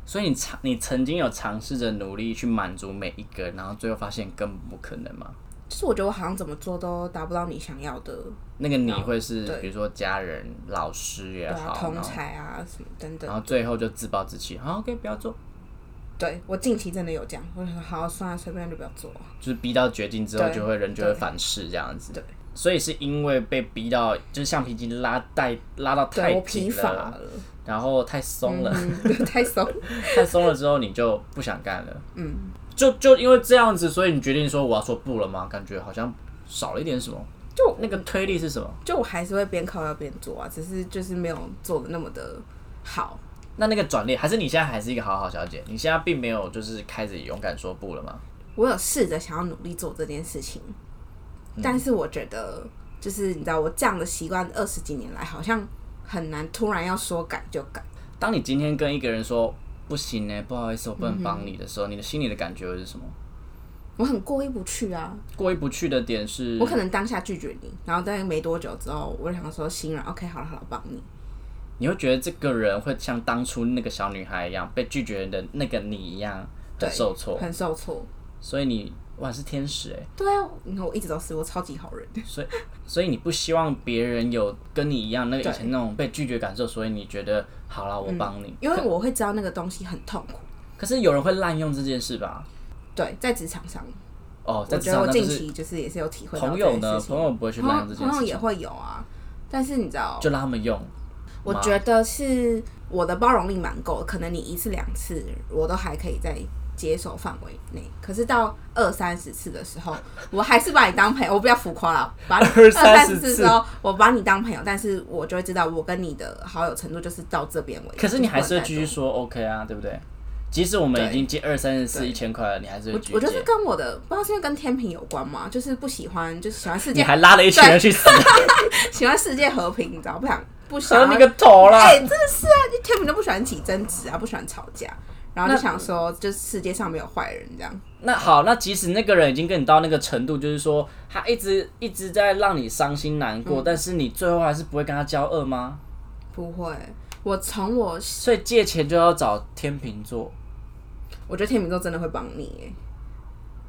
Speaker 1: 所以你尝你曾经有尝试着努力去满足每一个人，然后最后发现根本不可能吗？
Speaker 2: 就是我觉得我好像怎么做都达不到你想要的，
Speaker 1: 那个你会是
Speaker 2: 啊对
Speaker 1: 比如说家人、老师
Speaker 2: 对
Speaker 1: 也
Speaker 2: 啊，
Speaker 1: 好，
Speaker 2: 同
Speaker 1: 然后
Speaker 2: 才啊什么等等
Speaker 1: 然。后最后就自暴自弃，好，OK，不要做，
Speaker 2: 对我近期真的有这样，我就说好，算了，随便就不要做。
Speaker 1: 就是逼到绝境之后，
Speaker 2: 对
Speaker 1: 就会人就会反噬这样子。对，所以是因为被逼到，就是橡皮筋拉带拉到
Speaker 2: 对
Speaker 1: 太
Speaker 2: 我疲
Speaker 1: 紧
Speaker 2: 乏
Speaker 1: 了，
Speaker 2: 了，
Speaker 1: 然后太松了，
Speaker 2: 嗯，对 [LAUGHS] 太松。
Speaker 1: [LAUGHS] 太松了之后你就不想干了。嗯，就就因为这样子，所以你决定说我要说不了吗？感觉好像少了一点什么。
Speaker 2: 就
Speaker 1: 那个推力是什么？
Speaker 2: 就我还是会边靠要边做啊，只是就是没有做的那么的好。
Speaker 1: 那那个转捩，还是你现在还是一个好好小姐？你现在并没有就是开始勇敢说不了吗？嗯
Speaker 2: 我有试着想要努力做这件事情，但是我觉得就是你知道我这样的习惯二十几年来好像很难突然要说改就改。
Speaker 1: 当你今天跟一个人说不行呢、不好意思，我不能
Speaker 2: 嗯
Speaker 1: 帮你的时候，你的心里的感觉会是什么？
Speaker 2: 我很过意不去啊，
Speaker 1: 过意不去的点是，
Speaker 2: 我可能当下拒绝你，然后但没多久之后，我就想说心软，OK，好了好了，帮你。
Speaker 1: 你会觉得这个人会像当初那个小女孩一样被拒绝的那个你一样很
Speaker 2: 对
Speaker 1: 受挫，
Speaker 2: 很受挫。
Speaker 1: 所以你哇是天使哎，
Speaker 2: 对啊，你看我一直都是我超级好人，
Speaker 1: 所以所以你不希望别人有跟你一样那个
Speaker 2: 对
Speaker 1: 以前那种被拒绝感受，所以你觉得好啦，我帮你。
Speaker 2: 因为
Speaker 1: 可
Speaker 2: 我会知道那个东西很痛苦。
Speaker 1: 可是有人会滥用这件事吧？
Speaker 2: 对，在职场上，
Speaker 1: 哦，在
Speaker 2: 我
Speaker 1: 职
Speaker 2: 觉得
Speaker 1: 场
Speaker 2: 我
Speaker 1: 那
Speaker 2: 近
Speaker 1: 就是
Speaker 2: 期就是也是有体会到
Speaker 1: 朋
Speaker 2: 这
Speaker 1: 友
Speaker 2: 件
Speaker 1: 呢，
Speaker 2: 事情。
Speaker 1: 朋友不会去滥用这件
Speaker 2: 朋友
Speaker 1: 事
Speaker 2: 也
Speaker 1: 情，
Speaker 2: 会有啊，但是你知道，
Speaker 1: 就让他们用。
Speaker 2: 我
Speaker 1: 吗
Speaker 2: 觉得是我的包容力蛮够的，可能你一次两次我都还可以在接受范围内，可是到二三十次的时候，我还是把你当朋友，我不要浮
Speaker 1: [LAUGHS]
Speaker 2: 夸了，把你
Speaker 1: 二三十
Speaker 2: 十
Speaker 1: 次
Speaker 2: 次之后，我把你当朋友，但是我就会知道我跟你的好友程度就是到这边为止。
Speaker 1: 可是你还是会
Speaker 2: 不能再
Speaker 1: 继续
Speaker 2: 多
Speaker 1: 说 OK 啊，对不对？即使我们
Speaker 2: 对
Speaker 1: 已经接二三十次
Speaker 2: 对
Speaker 1: 一千块了，你还是会
Speaker 2: 我
Speaker 1: 拒
Speaker 2: 我觉得是
Speaker 1: 绝。
Speaker 2: 跟我的不知道是因为跟天平有关嘛，就是不喜欢，就是喜欢世
Speaker 1: 你
Speaker 2: 界
Speaker 1: 还拉了一群人去死，
Speaker 2: 喜欢世界和平，你知道不想不想
Speaker 1: 扯
Speaker 2: 要
Speaker 1: 你个头啦！
Speaker 2: 哎、真的是啊，就天平都不喜欢起争执啊，不喜欢吵架，然后就想说，就是世界上没有坏人这样。
Speaker 1: 那好，那即使那个人已经跟你到那个程度，就是说他一直一直在让你伤心难过，但是你最后还是不会跟他交恶吗？
Speaker 2: 不会，我从我
Speaker 1: 所以借钱就要找天秤座，
Speaker 2: 我觉得天秤座真的会帮你耶，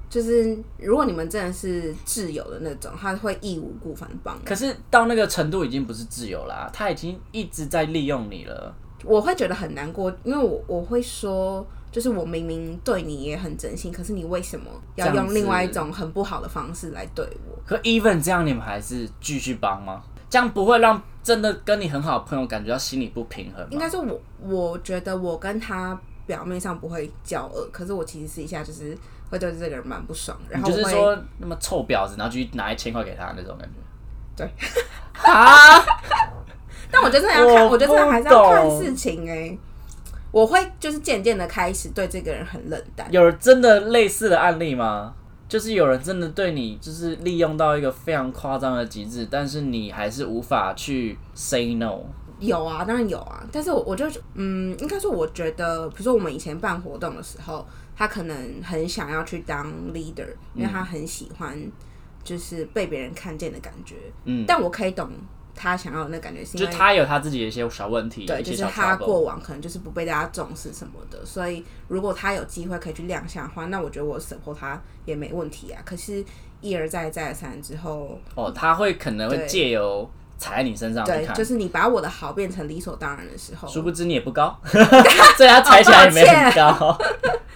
Speaker 2: 就是如果你们真的是挚友的那种，他会义无顾反地帮你。
Speaker 1: 可是到那个程度已经不是自由啦，他已经一直在利用你了。
Speaker 2: 我会觉得很难过，因为我我会说。就是我明明对你也很真心，可是你为什么要
Speaker 1: 这样
Speaker 2: 用
Speaker 1: 子
Speaker 2: 另外一种很不好的方式来对我？
Speaker 1: 可 even 这样，你们还是继续帮吗？这样不会让真的跟你很好的朋友感觉到心里不平衡
Speaker 2: 应
Speaker 1: 吗？
Speaker 2: 该说我，我觉得我跟他表面上不会交恶，可是我其实私底下就是会对这个人蛮不爽，然后
Speaker 1: 你
Speaker 2: 我
Speaker 1: 就
Speaker 2: 会
Speaker 1: 是说那么臭婊子，然后就去拿一千块给他那种感觉。
Speaker 2: 对。
Speaker 1: 啊！
Speaker 2: 但我觉得真的要看，
Speaker 1: 我
Speaker 2: 我觉得真的还是
Speaker 1: 不
Speaker 2: 要
Speaker 1: 懂
Speaker 2: 看事情哎、我会就是渐渐的开始对这个人很冷淡，
Speaker 1: 有真的类似的案例吗？就是有人真的对你就是利用到一个非常夸张的极致，但是你还是无法去 say no。
Speaker 2: 有啊，当然有啊，但是我我就嗯，应该说我觉得，比如说我们以前办活动的时候，他可能很想要去当 leader，因为
Speaker 1: 嗯
Speaker 2: 他很喜欢就是被别人看见的感觉，
Speaker 1: 嗯，
Speaker 2: 但我可以懂他想要的那感觉，是因
Speaker 1: 就
Speaker 2: 为
Speaker 1: 他有他自己的一些小问题，
Speaker 2: 对，
Speaker 1: 一
Speaker 2: 就
Speaker 1: 些
Speaker 2: 是
Speaker 1: 小 t
Speaker 2: 他
Speaker 1: r
Speaker 2: 过往可能就是不被大家重视什么的，所以如果他有机会可以去亮相的话，那我觉得我 support 他也没问题啊。可是，一而再再而三之后，
Speaker 1: 哦，他会可能会
Speaker 2: 对
Speaker 1: 借由踩在你身上去
Speaker 2: 嗯对，
Speaker 1: 看，
Speaker 2: 就是你把我的好变成理所当然的时候，
Speaker 1: 殊不知你也不
Speaker 2: [LAUGHS]
Speaker 1: 高，所以他踩起来也没
Speaker 2: 哦
Speaker 1: 很高。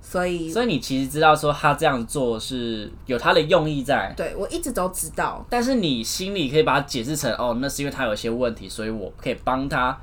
Speaker 2: 所以
Speaker 1: 所以你其实知道说他这样做是有他的用意在，
Speaker 2: 对我一直都知道，
Speaker 1: 但是你心里可以把它解释成哦，那是因为他有一些问题，所以我可以帮他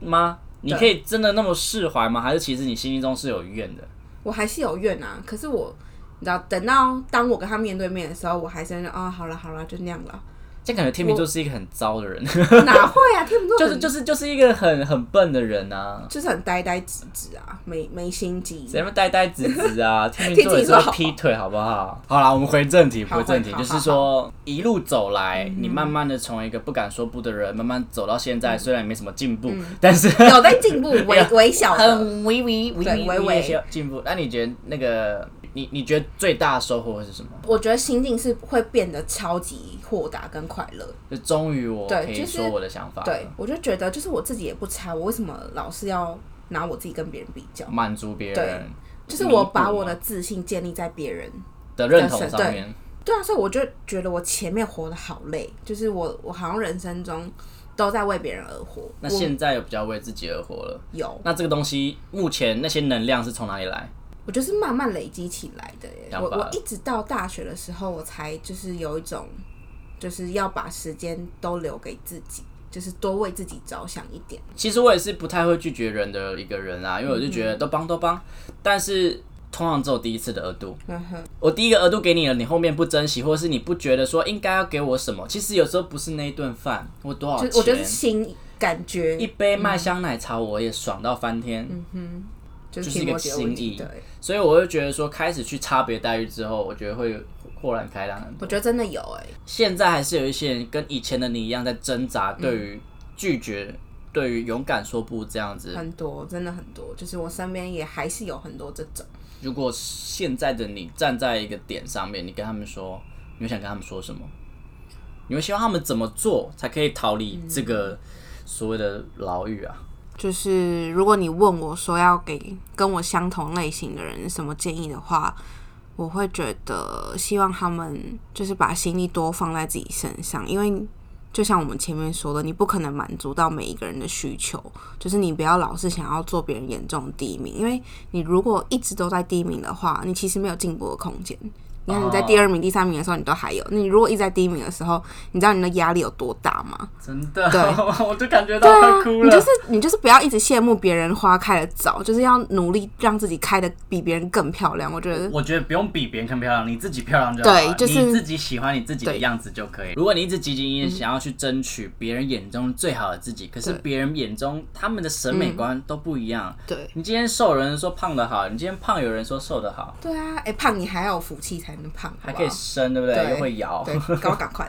Speaker 1: 吗？你可以真的那么释怀吗？还是其实你心中是有怨的？
Speaker 2: 我还是有怨啊。可是我，你知道，等到当我跟他面对面的时候，我还是啊、哦，好了好了，就那样了，
Speaker 1: 这样感觉天秤座是一个很糟的
Speaker 2: [LAUGHS]
Speaker 1: 人，
Speaker 2: 哪会啊？听不懂，
Speaker 1: 就是就是就是一个很很笨的人啊，
Speaker 2: 就是很呆呆直直啊，没没心机。
Speaker 1: 谁那么呆呆直直
Speaker 2: [LAUGHS]
Speaker 1: 啊？天秤座也是
Speaker 2: 天秤座
Speaker 1: 会劈腿，好不好？好啦，我们回正题，
Speaker 2: 好
Speaker 1: 回正题，
Speaker 2: 好嗯
Speaker 1: 就是说一路走来，你慢慢的从一个不敢说不的人，慢慢走到现在，虽然也没什么进
Speaker 2: 嗯
Speaker 1: 步，但是
Speaker 2: 有在
Speaker 1: [LAUGHS]
Speaker 2: 进步，微微小的，
Speaker 1: 很微微微
Speaker 2: 对
Speaker 1: 微
Speaker 2: 微
Speaker 1: 微
Speaker 2: 微
Speaker 1: 一些进步。那你觉得那个你你觉得最大的收获会是什么？
Speaker 2: 我觉得心境是会变得超级豁达跟快乐。
Speaker 1: 就终于我
Speaker 2: 对
Speaker 1: 可以
Speaker 2: 就是
Speaker 1: 说我的想法了，
Speaker 2: 对我就觉得，就是我自己也不差，我为什么老是要拿我自己跟别人比较？
Speaker 1: 满足别人，
Speaker 2: 就是我把
Speaker 1: 弥补
Speaker 2: 我的自信建立在别人。
Speaker 1: 的认同
Speaker 2: 对
Speaker 1: 上面。
Speaker 2: 对啊，所以我就觉得我前面活得好累，就是我我好像人生中都在为别人而活。
Speaker 1: 那
Speaker 2: 我
Speaker 1: 现在有比较为自己而活了。
Speaker 2: 有，
Speaker 1: 那这个东西目前那些能量是从哪里来？
Speaker 2: 我就是慢慢累积起来的耶。
Speaker 1: 想
Speaker 2: 我
Speaker 1: 法
Speaker 2: 我一直到大学的时候，我才就是有一种，就是要把时间都留给自己，就是多为自己着想一点。
Speaker 1: 其实我也是不太会拒绝人的一个人啊，因为我就觉得都帮都帮，但是通常只有第一次的额度。
Speaker 2: 嗯哼。
Speaker 1: 我第一个额度给你了，你后面不珍惜，或是你不觉得说应该要给我什么？其实有时候不是那一顿饭，我多少钱，
Speaker 2: 就我觉得是新感觉，
Speaker 1: 一杯麦香奶茶我也爽到翻天。
Speaker 2: 嗯嗯哼，就是
Speaker 1: 就是一
Speaker 2: 提
Speaker 1: 个
Speaker 2: 摩结问
Speaker 1: 心意
Speaker 2: 题。对，
Speaker 1: 所以我就觉得说，开始去差别待遇之后，我觉得会豁然开朗很多。
Speaker 2: 我觉得真的有哎、
Speaker 1: 现在还是有一些人跟以前的你一样在挣扎，对于拒绝，对于勇敢说不这样子。
Speaker 2: 很多，真的很多，就是我身边也还是有很多这种。
Speaker 1: 如果现在的你站在一个点上面，你跟他们说，你会想跟他们说什么？你会希望他们怎么做才可以逃离这
Speaker 2: 嗯
Speaker 1: 个所谓的牢狱啊？
Speaker 2: 就是如果你问我说要给跟我相同类型的人什么建议的话，我会觉得希望他们就是把心力多放在自己身上，因为就像我们前面说的，你不可能满足到每一个人的需求，就是你不要老是想要做别人眼中的第一名，因为你如果一直都在第一名的话，你其实没有进步的空间。你看你在第二名、第三名的时候，你都还有；那你如果一直在第一名的时候，你知道你的压力有多大吗？
Speaker 1: 真的
Speaker 2: 对，
Speaker 1: [LAUGHS]
Speaker 2: 啊
Speaker 1: 我就感觉到快哭
Speaker 2: 你
Speaker 1: 了。
Speaker 2: 就是你就是不要一直羡慕别人花开的早，就是要努力让自己开的比别人更漂亮。我觉得
Speaker 1: 我觉得不用比别人更漂亮，你自己漂亮就好了，
Speaker 2: 对就是
Speaker 1: 你自己喜欢你自己的
Speaker 2: 对
Speaker 1: 样子就可以。如果你一直汲汲营营想要去争取别人眼中最好的自己，可是
Speaker 2: 对
Speaker 1: 别人眼中他们的审美观都不一样。
Speaker 2: 对
Speaker 1: 你今天瘦，有人说胖的好；你今天胖，有人说瘦的好，
Speaker 2: 对啊，哎、胖你还要有福气才能胖，
Speaker 1: 还
Speaker 2: 好不
Speaker 1: 可以
Speaker 2: 好？
Speaker 1: 生，对不对？
Speaker 2: 对
Speaker 1: 又会摇。 [LAUGHS]
Speaker 2: 对，赶快赶快。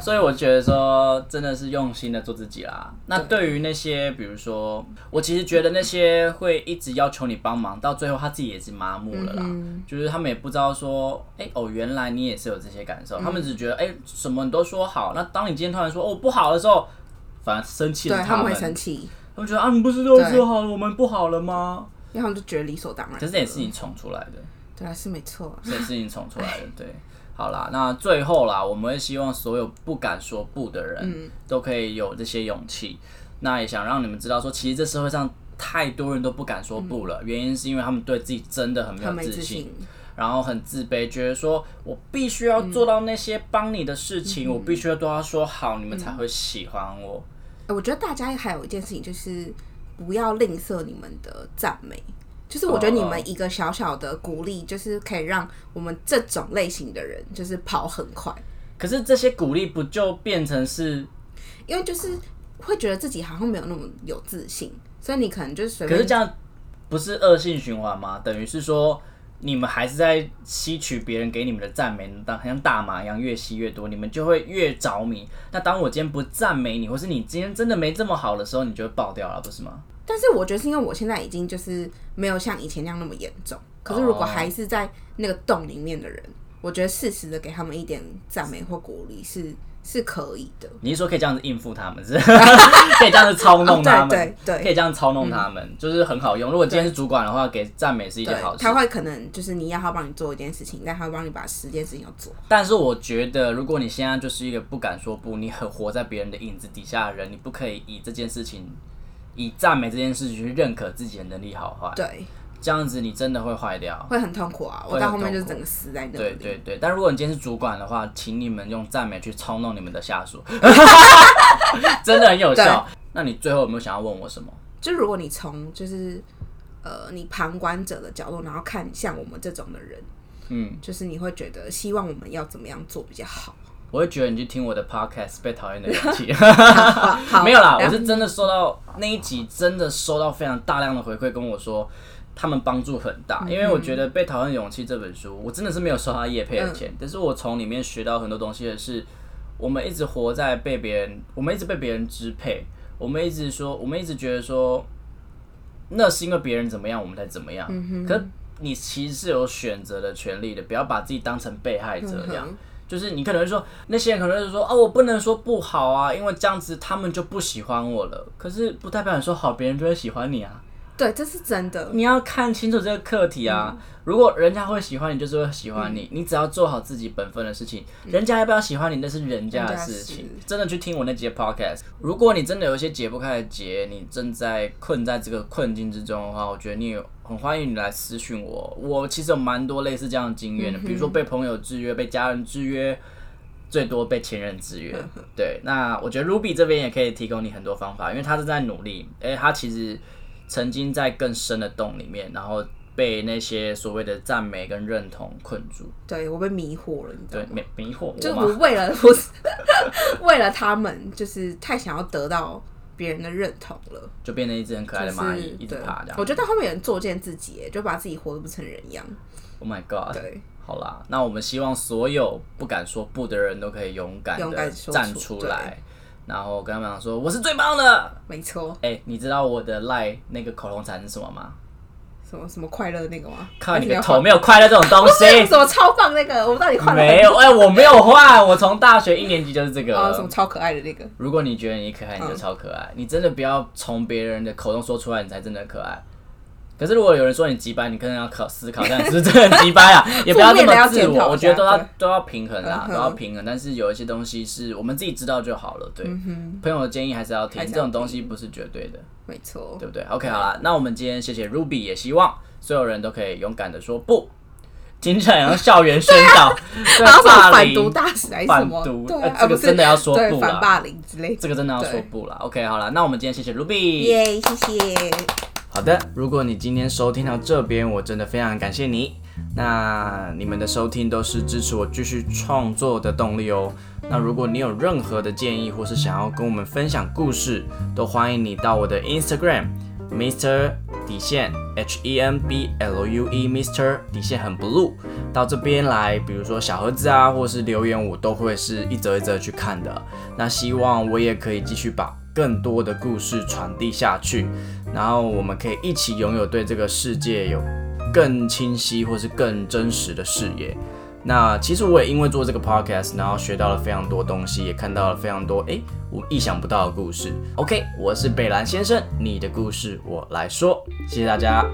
Speaker 1: 所以我觉得说，真的是用心的做自己啦。那对于那些，比如说，我其实觉得那些会一直要求你帮忙，到最后他自己也是麻木
Speaker 2: 嗯
Speaker 1: 了啦。就是他们也不知道说，哎、哦，原来你也是有这些感受。他们
Speaker 2: 嗯
Speaker 1: 只觉得，哎、什么你都说好，那当你今天突然说哦不好的时候，反而生气
Speaker 2: 对
Speaker 1: 了
Speaker 2: 他们
Speaker 1: 们。
Speaker 2: 会生气，
Speaker 1: 他们觉得啊，你不是都
Speaker 2: 对
Speaker 1: 说好了，我们不好了吗？
Speaker 2: 因为他们就觉得理所当然。
Speaker 1: 可是这也是你宠出来的。
Speaker 2: 对啊，是没错。
Speaker 1: 这事情宠出来的，对。好啦，那最后啦，我们会希望所有不敢说不的人
Speaker 2: 嗯
Speaker 1: 都可以有这些勇气。那也想让你们知道说，其实这社会上太多人都不敢说不了，原因是因为他们对自己真的很没
Speaker 2: 嗯很没
Speaker 1: 有
Speaker 2: 自
Speaker 1: 自信，
Speaker 2: 信，
Speaker 1: 然后很自卑，觉得说我必须要做到那些帮你的事情，我必须要对他说好，你们才会喜欢我。
Speaker 2: 哎我觉得大家还有一件事情就是不要吝啬你们的赞美。就是我觉得
Speaker 1: 哦
Speaker 2: 你们一个小小的鼓励，就是可以让我们这种类型的人就是跑很快，
Speaker 1: 可是这些鼓励不就变成是？
Speaker 2: 因为就是会觉得自己好像没有那么有自信，所以你可能就是随
Speaker 1: 可
Speaker 2: 便
Speaker 1: 是这样不是恶性循环吗？等于是说，你们还是在吸取别人给你们的赞美，当像大麻一样越吸越多，你们就会越着迷。那当我今天不赞美你，或是你今天真的没这么好的时候，你就会爆掉了，不是吗？
Speaker 2: 但是我觉得是因为我现在已经就是没有像以前那样那么严重。
Speaker 1: 哦
Speaker 2: 可是如果还是在那个洞里面的人，我觉得适时的给他们一点赞美或鼓励是是可以的。
Speaker 1: 你是说可以这样子应付他们，是 [LAUGHS] 可以这样子操弄他们，
Speaker 2: 哦对对对
Speaker 1: 可以这样操弄他们，就是很好用。如果今天是主管的话，给赞美是一
Speaker 2: 嗯对
Speaker 1: 件好，事
Speaker 2: 他。会可能就是你要他帮你做一件事情，但他会帮你把十件事情要做。
Speaker 1: 但是我觉得，如果你现在就是一个不敢说不，你很活在别人的影子底下的人，你不可以以这件事情，以赞美这件事情去认可自己的能力好坏，
Speaker 2: 对，
Speaker 1: 这样子你真的会坏掉。
Speaker 2: 会很痛苦啊！
Speaker 1: 会
Speaker 2: 我
Speaker 1: 很
Speaker 2: 到后面就是
Speaker 1: 痛苦
Speaker 2: 整个死在那里。
Speaker 1: 对对对，但如果你今天是主管的话，请你们用赞美去操弄你们的下
Speaker 2: [LAUGHS]
Speaker 1: 属，真的很有效。那你最后有没有想要问我什么？
Speaker 2: 就如果你从就是呃你旁观者的角度，然后看像我们这种的人，
Speaker 1: 嗯，
Speaker 2: 就是你会觉得希望我们要怎么样做比
Speaker 1: [LAUGHS]
Speaker 2: 较好？
Speaker 1: 我会觉得你去听我的 podcast 被讨厌的勇气。
Speaker 2: 好好
Speaker 1: 没有啦，
Speaker 2: 然
Speaker 1: 我
Speaker 2: 后
Speaker 1: 是真的收到那一集，真的收到非常大量的回馈，跟我说他们帮助很大。因为我觉得《被讨厌的勇气》这本书，我真的是没有收他叶配的钱，但是我从里面学到很多东西的是，我们一直活在被别人，我们一直被别人支配，我们一直说，我们一直觉得说，那是因为别人怎么样，我们才怎么样。可是你其实是有选择的权利的，不要把自己当成被害
Speaker 2: 嗯
Speaker 1: 者这样。就是你可能会说那些人可能会说啊，我不能说不好啊，因为这样子他们就不喜欢我了。可是不代表你说好，别人就会喜欢你啊。
Speaker 2: 对，这是真的。
Speaker 1: 你要看清楚这个课题啊。如果人家会喜欢你，就是会喜欢你。你只要做好自己本分的事情，人家要不要喜欢你，那是人家的事情
Speaker 2: 人家。
Speaker 1: 真的去听我那节 podcast。如果你真的有一些解不开的结，你正在困在这个困境之中的话，我觉得你有很欢迎你来私讯我。我其实有蛮多类似这样的经验的，比如说被朋友制约、被家人制约。最多被前任制约，对。那我觉得 Ruby 这边也可以提供你很多方法，因为他是在努力，哎，他其实曾经在更深的洞里面，然后被那些所谓的赞美跟认同困住，
Speaker 2: 对我被迷惑了，你知道
Speaker 1: 对
Speaker 2: 吗？，
Speaker 1: 迷迷惑
Speaker 2: 就是
Speaker 1: 我
Speaker 2: [LAUGHS] 我
Speaker 1: 嘛。
Speaker 2: 为了我是为了他们，就是太想要得到。别人的认同了，
Speaker 1: 就变成一只很可爱
Speaker 2: 就
Speaker 1: 的蚂蚁
Speaker 2: 是，
Speaker 1: 一直
Speaker 2: 对
Speaker 1: 爬这。样。
Speaker 2: 我觉得会不会有人作践自己耶，就把自己活得不成人样？
Speaker 1: Oh my god！
Speaker 2: 对，
Speaker 1: 好啦，那我们希望所有不敢说不的人都可以勇敢
Speaker 2: 勇
Speaker 1: 的
Speaker 2: 敢说出
Speaker 1: 站出来，然后跟他们讲说我是最棒的。
Speaker 2: 没错，
Speaker 1: 哎、你知道我的赖那个口头禅是什么吗？
Speaker 2: 什么什么快乐那个吗？
Speaker 1: 靠
Speaker 2: 还
Speaker 1: 你
Speaker 2: 是
Speaker 1: 的
Speaker 2: 没有
Speaker 1: 头，没有快乐这种东
Speaker 2: [LAUGHS] 换
Speaker 1: 西
Speaker 2: 什。么超棒那个？我们到底换了很
Speaker 1: 没有，哎、我没有换，我从大学一年级就是这个。
Speaker 2: 哦，什么超可爱的那个？
Speaker 1: 如果你觉得你可爱，你
Speaker 2: 嗯
Speaker 1: 就超可爱。你真的不要从别人的口中说出来，你才真的可爱。可是如果有人说你鸡掰，你可能要考思考，但是真的 [LAUGHS] 鸡掰啊，也不要这么
Speaker 2: 负面
Speaker 1: 自
Speaker 2: 的要
Speaker 1: 我。
Speaker 2: 检讨一下
Speaker 1: 我觉得都要都要平衡啦，
Speaker 2: 嗯
Speaker 1: 都
Speaker 2: 哼
Speaker 1: 要平衡。但是有一些东西是我们自己知道就好了，对。朋友的建议还是要听，
Speaker 2: 嗯还是
Speaker 1: 这
Speaker 2: 要
Speaker 1: 种东西不是绝对的，
Speaker 2: 没错，
Speaker 1: 对不对？OK，好啦，那我们今天谢谢 Ruby，也希望所有人都可以勇敢的说不。今天然后校园宣
Speaker 2: [LAUGHS]
Speaker 1: 导，对
Speaker 2: 然后什
Speaker 1: 霸
Speaker 2: 么反
Speaker 1: 凌
Speaker 2: 毒大使还是什么
Speaker 1: 反毒？
Speaker 2: 对
Speaker 1: 呃
Speaker 2: 啊，
Speaker 1: 这
Speaker 2: 啊
Speaker 1: 个
Speaker 2: 不是
Speaker 1: 真的要说
Speaker 2: 对
Speaker 1: 不啦
Speaker 2: 反霸凌之类的。
Speaker 1: 这个真的要说不了。OK，好了，那我们今天谢谢 Ruby。
Speaker 2: 耶，谢谢。
Speaker 1: 好的，如果你今天收听到这边，我真的非常感谢你。那你们的收听都是支持我继续创作的动力哦。那如果你有任何的建议，或是想要跟我们分享故事，都欢迎你到我的 Instagram Mr 底线 H E N B L U E Mr 底线很 blue 到这边来，比如说小盒子啊，或是留言，我都会是一则一则去看的。那希望我也可以继续把更多的故事传递下去，然后我们可以一起拥有对这个世界有更清晰或是更真实的视野。那其实我也因为做这个 podcast，然后学到了非常多东西，也看到了非常多诶我意想不到的故事。OK，我是北兰先生，你的故事我来说，谢谢大家，